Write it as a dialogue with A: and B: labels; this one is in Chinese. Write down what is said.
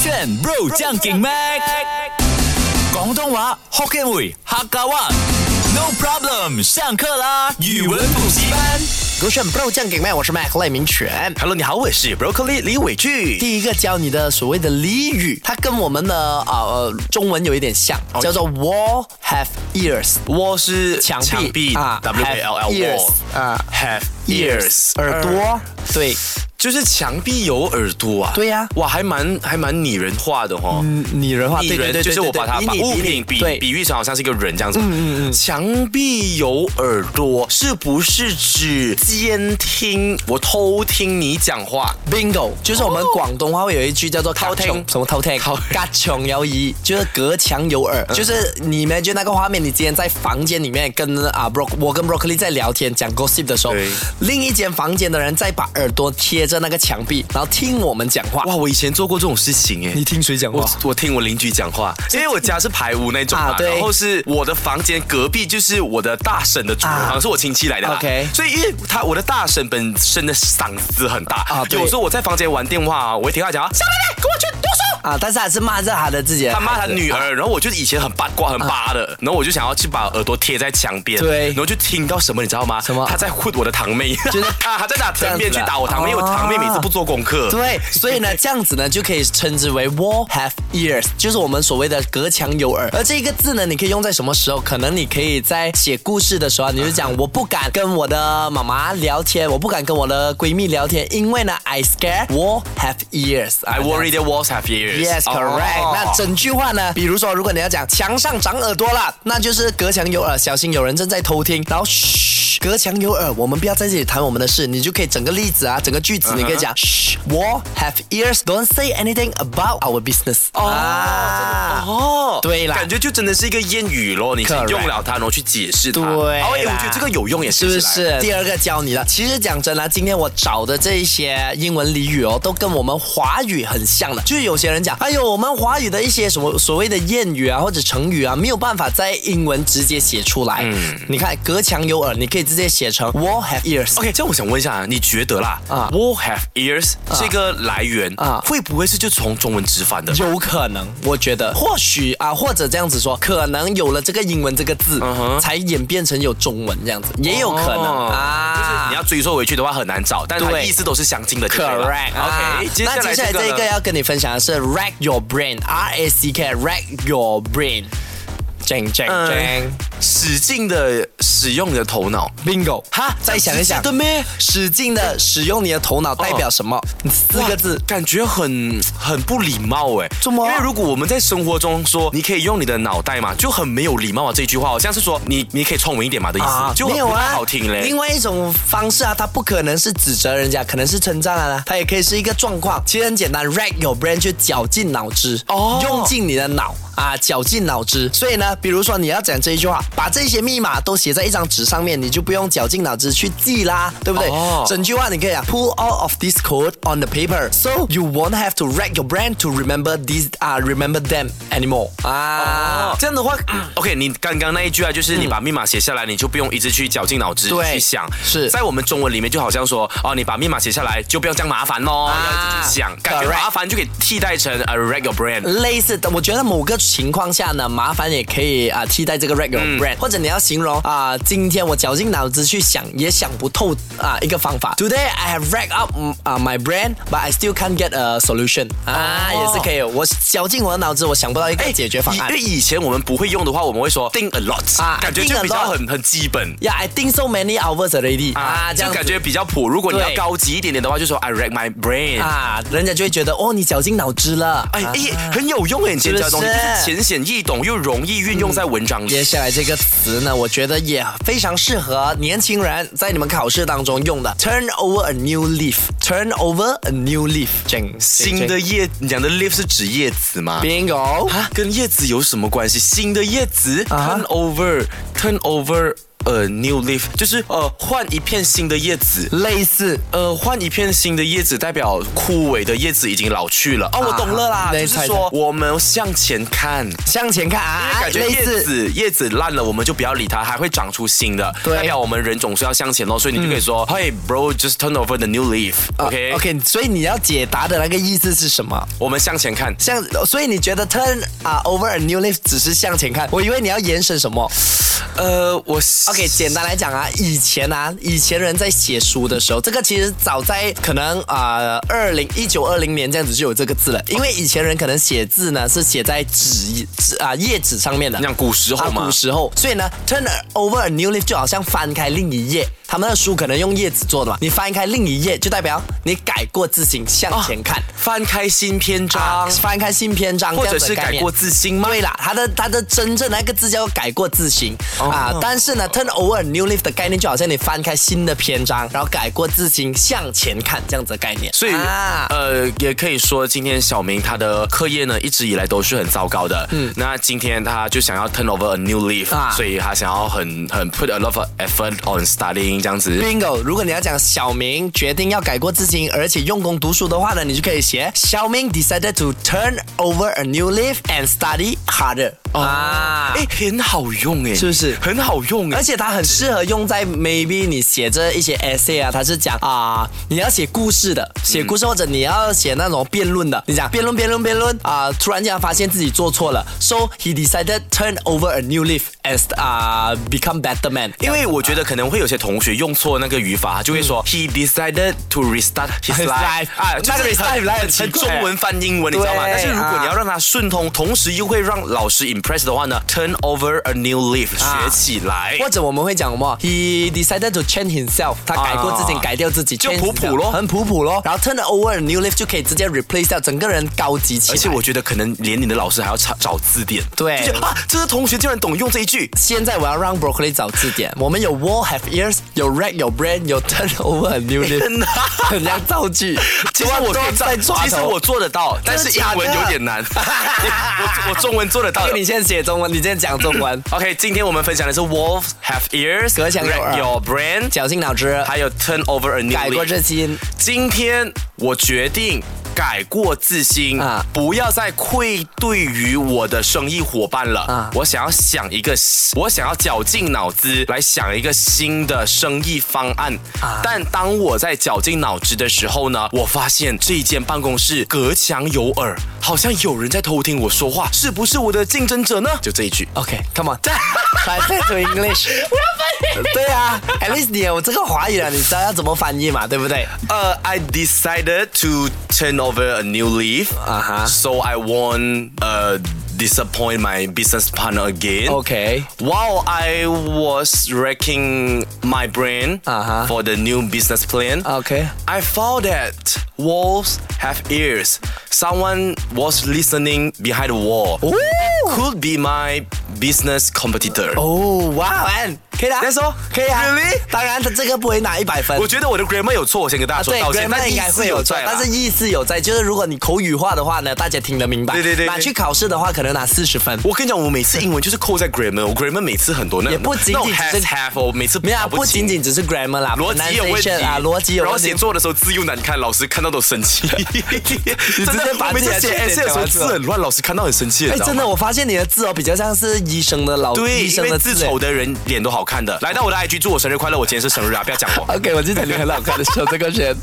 A: 选 Bro 将劲 Mac，广东话 Hokkien 语客家话。No problem，上课啦！语文补习班。
B: 勾选 Bro 酱给麦，我是 Mac 赖明全。
A: Hello，你好，我是 Broccoli 李伟俊。
B: 第一个教你的所谓的俚语，它跟我们的啊呃中文有一点像，叫做 Wall have ears，
A: 我是
B: 墙
A: 壁
B: 啊
A: w A L
B: have
A: L
B: ears
A: wall
B: 啊
A: have
B: ears 耳朵，对，
A: 就是墙壁有耳朵啊。
B: 对呀
A: 哇，还蛮还蛮拟人化的哦。
B: 拟人化，
A: 拟
B: 对对
A: 人
B: 对，
A: 就是我把它把物品比
B: 对
A: 比喻成好像是一个人这样子。嗯嗯嗯。墙壁有耳朵，是不是指监听？我偷听你讲话？
B: bingo，就是
A: 哦
B: 我们广东话会有一句叫做
A: 偷听
B: 嘎穷什么偷听，嘎穷摇移，就是隔墙有耳，
A: 嗯
B: 就是你们就那个画面，你今天在房间里面跟啊 bro，我跟 broccoli 在聊天讲 gossip 的时候
A: 对，
B: 另一间房间的人在把耳朵贴着那个墙壁，然后听我们讲话。
A: 哇，我以前做过这种事情哎。
B: 听谁讲
A: 我我听我邻居讲话，因为我家是排屋那种嘛，
B: 啊对
A: 然后是我的房间隔壁就是我的大婶的主人，
B: 啊
A: 好像是我亲戚来的啦
B: OK
A: 所以因为他我的大婶本身的嗓子很大，
B: 啊对
A: 有时候我在房间玩电话啊，我会听他讲啊，小妹妹给我去读书。
B: 啊，但是还是骂着他的自己的孩
A: 他
B: 子，
A: 骂他女儿，然后我就以前很八卦、很扒的，然后我就想要去把耳朵贴在墙边，
B: 啊对
A: 然后就听到什么你知道吗？
B: 什么
A: 他在混我的堂妹，
B: 就是
A: 啊， 他在打
B: 这样子
A: 藤面去打我堂妹，因为我堂妹每次不做功课，
B: 对，所以呢，这样子呢就可以称之为 wall have ears，就是我们所谓的隔墙有耳。而这个字呢，你可以用在什么时候？可能你可以在写故事的时候啊，你就讲我不敢跟我的妈妈聊天，我不敢跟我的闺蜜聊天，因为呢，I scare wall have ears 啊。
A: I worry the walls have ears.
B: Yes, correct、
A: 哦
B: 那整句话呢？比如说，如果你要讲墙上长耳朵啦，那就是隔墙有耳，呃小心有人正在偷听。然后嘘，隔墙有耳，我们不要在这里谈我们的事，你就可以整个例子啊，整个句子你可以讲嘘、我 have ears, don't say anything about our business。哦、啊，
A: 哦，
B: 对啦
A: 感觉就真的是一个谚语咯，你
B: Correct
A: 用了它，然后去解释它。
B: 对啦
A: 哦，哎，我觉得这个有用也
B: 是不
A: 是起来
B: 是？
A: 了？
B: 第二个教你了。其实讲真啦，今天我找的这一些英文俚语哦，都跟我们华语很像的。就是有些人讲，哎呦，我们华语的一些什么所谓的谚语啊，或者成语啊，没有办法在英文直接写出来。你看隔墙有耳，你可以直接写成 wall have ears。
A: OK，这样我想问一下啊，你觉得啦，
B: 啊
A: w a l l have ears 这个来源
B: 啊，
A: 啊会不会是就从中文直翻的？
B: 有可能，我觉得或许啊，或者这样子说，可能有了这个英文这个字才演变成有中文这样子，也有可能、
A: 哦
B: 啊。
A: 就是你要追溯回去的话很难找，但它
B: 对
A: 意思都是相近的就对了。
B: Correct 啊
A: OK，接下
B: 那接
A: 来
B: 下来这
A: 这
B: 一个
A: 个呢
B: 要跟你分享的是 rack your brain，R A C K，rack your brain。Jang Jang
A: 嗯
B: Jang
A: 使劲的使用你的头脑。
B: Bingo！哈，再想一想
A: 对，咩？
B: 使劲的使用你的头脑代表什么？四个字
A: 哇，感觉很很不礼貌哎。
B: 怎么
A: 因为如果我们在生活中说你可以用你的脑袋嘛，就很没有礼貌啊。这句话好像是说你你可以聪明一点嘛的意思，就很
B: 没有
A: 不太
B: 啊，
A: 好听嘞
B: 另。外一种方式啊，它不可能是指责人家，可能是称赞啊，它也可以是一个状况。其实很简单，rack your brain 就绞尽脑汁，
A: 哦
B: 用尽你的脑啊，绞尽脑汁。所以呢，比如说你要讲这一句话，把这些密码都写在一张纸上面，你就不用绞尽脑汁去记啦，对不对？
A: 哦
B: 整句话你可以讲，pull 啊 all of this code on the paper, so you won't have to rack your brain to remember these 啊、remember them anymore 啊。
A: 哦这样的话、o k 你刚刚那一句啊，就是你把密码写下来，你就不用一直去绞尽脑汁
B: 嗯对
A: 去想。
B: 是
A: 在我们中文里面就好像说，哦，你把密码写下来就不用这样麻烦咯，
B: 啊
A: 要一直去想，感觉
B: correct
A: 麻烦就可以替代成呃 rag your brain。
B: 类似的，我觉得某个情况下呢，麻烦也可以啊、替代这个 regular
A: 嗯
B: brand，、或者你要形容啊、今天我绞尽脑汁去想，也想不透啊、一个方法。Today I have racked up 啊、my brain, but I still can't get a solution 啊、
A: 哦
B: 也是可以。我绞尽我的脑汁，我想不到一个解决方案
A: 因。为以前我们不会用的话，我们会说 think a lot，、
B: 啊
A: 感觉
B: think
A: 就
B: a
A: 比较
B: lot
A: 很很基本。
B: Yeah, I think so many hours already 啊，这
A: 就
B: 样
A: 感
B: 子。
A: 觉比较普。如果你要
B: 对
A: 高级一点点的话，就说 I rack my brain。
B: 啊，人家就会觉得哦，你绞尽脑汁了。
A: 哎哎，很有用哎，你这教的东西
B: 是嗯
A: 就
B: 不是
A: 是浅显易懂，又容易运用在文章里
B: 接。下来这个词呢，我觉得也非常适合年轻人在你们考试当中用的。Turn over a new leaf, turn over a new leaf，整
A: 新的叶，你讲的 leaf 是指叶子吗？
B: bingo。
A: 啊，跟叶子有什么关系？新的叶子
B: 啊
A: ，turn over，turn over 呃 new leaf，就是呃换一片新的叶子。
B: 类似
A: 呃，换一片新的叶子，代表枯萎的叶子已经老去了。哦，我懂了啦，
B: 对
A: 就是
B: 啊猜
A: 说我们向前看，因
B: 向前看啊，
A: 哎为感觉
B: 类
A: 叶
B: 似
A: 子叶子烂了，我们就不要理它，还会长出新的。
B: 对嗯
A: 代表我们人总是要向前咯，所以你就可以说，Hey bro，just turn over the new leaf，OK？、
B: 啊 OK，所以你要解答的那个意思是什么？
A: 我们向前看。
B: 像，哦所以你觉得 turn 啊、over a new leaf 只是向前看？我以为你要延伸什么
A: 呃，我
B: ？OK，简单来讲啊，以前啊，以前人在写书的时候，这个其实早在可能啊二零一九二零年这样子就有这个字了，因为以前人可能写字呢是写在纸纸啊页纸上面的，
A: 像古时候
B: 啊，
A: 嘛
B: 古，时候，所以呢，turn over a new leaf 就好像翻开另一页，他们的书可能用叶子做的嘛，你翻开另一页就代表你改过自新，向前看。
A: 啊翻开新篇
B: 啊
A: 章，
B: 翻开新篇章，
A: 或
B: 这
A: 者
B: 样子的
A: 是
B: 概
A: 改
B: 念
A: 过自新吗？
B: 对啦，它的它的真正那个字叫改过自新、
A: 哦
B: 啊，但是呢，turn over a new leaf 的概念就好像你翻开新的篇章，然后改过自新，向前看这样子的概念。
A: 所以、
B: 啊，
A: 呃，也可以说今天小明他的课业呢一直以来都是很糟糕的。嗯，那今天他就想要 turn over a new leaf，、
B: 啊
A: 所以他想要很很 put a lot of effort on studying 这样子。
B: Bingo！如果你要讲小明决定要改过自新，而且用功读书的话呢，你就可以写小明 decided to turn over a new leaf and study harder、啊。
A: 哎，很好用哎，
B: 是不是
A: 很好 用哎
B: 而？且它很适合用在 maybe 你写这一些 essay 啊，它是讲啊、你要写故事的，写故事或者你要写那种辩论的，你讲辩论辩论辩论啊、突然间发现自己做错了，so he decided turn over a new leaf as 啊、become better man，
A: 因为我觉得可能会有些同学用错那个语法，他就会说、he decided to restart his
B: 嗯 His
A: life
B: life
A: 啊，就
B: 那
A: 是
B: 个 restart
A: 很
B: 来得
A: 很
B: 奇
A: 很
B: 怪
A: 中文翻英文，你知道吗？
B: 对
A: 但是如果
B: 啊
A: 你要让它顺通，同时又会让老师 impress 的话呢，turn over a new leaf
B: 啊
A: 学起来。
B: 或者我们会讲什么？He decided to change himself，他改过自己，
A: 啊
B: 改掉自己，
A: 就
B: change
A: 普普咯
B: himself，很普普咯。然后 turn over a new leaf 就可以直接 replace 掉，整个人高级起来。
A: 而且我觉得可能连你的老师还要查找字典，
B: 对
A: 就觉得啊，这个同学竟然懂用这 一句，
B: 现在我要让 broccoli 找字典。我们有 wall have ears，有 red 有 brain，有 turn over a new leaf，很像造句。
A: 其实我可以
B: 在抓
A: 其实我
B: 头。
A: 做得到，但是英文有点难， 我我中文做得到。
B: 你现在写中文，你现在讲中文，
A: OK，今天我们分享的是 Wolf have ears，
B: 隔墙有耳
A: Rack your brain，
B: 绞尽脑汁，
A: 还有 turn over a new
B: 改过
A: leaf
B: 自新。
A: 今天我决定。改过自新
B: 啊
A: 不要再愧对于我的生意伙伴了。
B: 啊
A: 我想要想一个，我想要绞尽脑汁来想一个新的生意方案。
B: 啊
A: 但当我在绞尽脑汁的时候呢，我发现这一间办公室隔墙有耳，好像有人在偷听我说话，是不是我的竞争者呢？就这一句。
B: OK，come、on，try back to English。我要翻译。对啊，at least 你有这个华语了，你知道要怎么翻译嘛，对不对？
A: 呃、i Uh, decided to turn over a new leaf.
B: Uh-huh.
A: So I won't uh disappoint my business partner again.
B: OK
A: While I was wrecking my brain
B: Uh-huh.
A: for the new business plan,
B: OK
A: I found that walls have ears. Someone was listening behind the wall.
B: Ooh.
A: Could be my business competitor.
B: Oh. 哦，哇，man，可以的啊。
A: That's all？
B: 可以啊。
A: Really？
B: 当然，他这个不会拿一百分
A: 我。觉得我的 grammar 有错，我先跟大家说
B: 啊对
A: 道歉。
B: ，grammar
A: 但
B: 应该
A: 意思
B: 会有
A: 在
B: 错，
A: 啦
B: 但是意思有在，就是如果你口语化的话呢，大家听得明白。
A: 对对对对
B: 拿去考试的话，可能拿四十分。
A: 我跟你讲，我每次英文就是扣在 grammar，我 grammar 每次很多那种
B: 也不仅
A: 那种
B: 仅只
A: have
B: 是
A: have，哦我每次
B: 没有啊，
A: 搞
B: 不
A: 清
B: 仅仅只是 grammar 啦，
A: 逻辑有问题
B: pronunciation 啊，逻辑有
A: 然后
B: 问
A: 写
B: 题。
A: 作的时候字又难看，老师看到都生气。
B: 直
A: 真的
B: 接，把
A: 我每次
B: 自己
A: 写
B: 的缺点
A: essay 的时
B: 讲
A: 候
B: 完之
A: 字
B: 后
A: 很乱，老师看到很生气。你
B: 哎，
A: 知道吗
B: 真的，我发现你的字哦，比较像是医生的老
A: 对，
B: 医
A: 因
B: 生
A: 为
B: 的
A: 字
B: 字。
A: 丑的人脸都好看的。来到我的 IG，祝我生日快乐！我今天是生日啊，不要讲我。
B: 哎 OK，我记得你很好看的时候，这个人。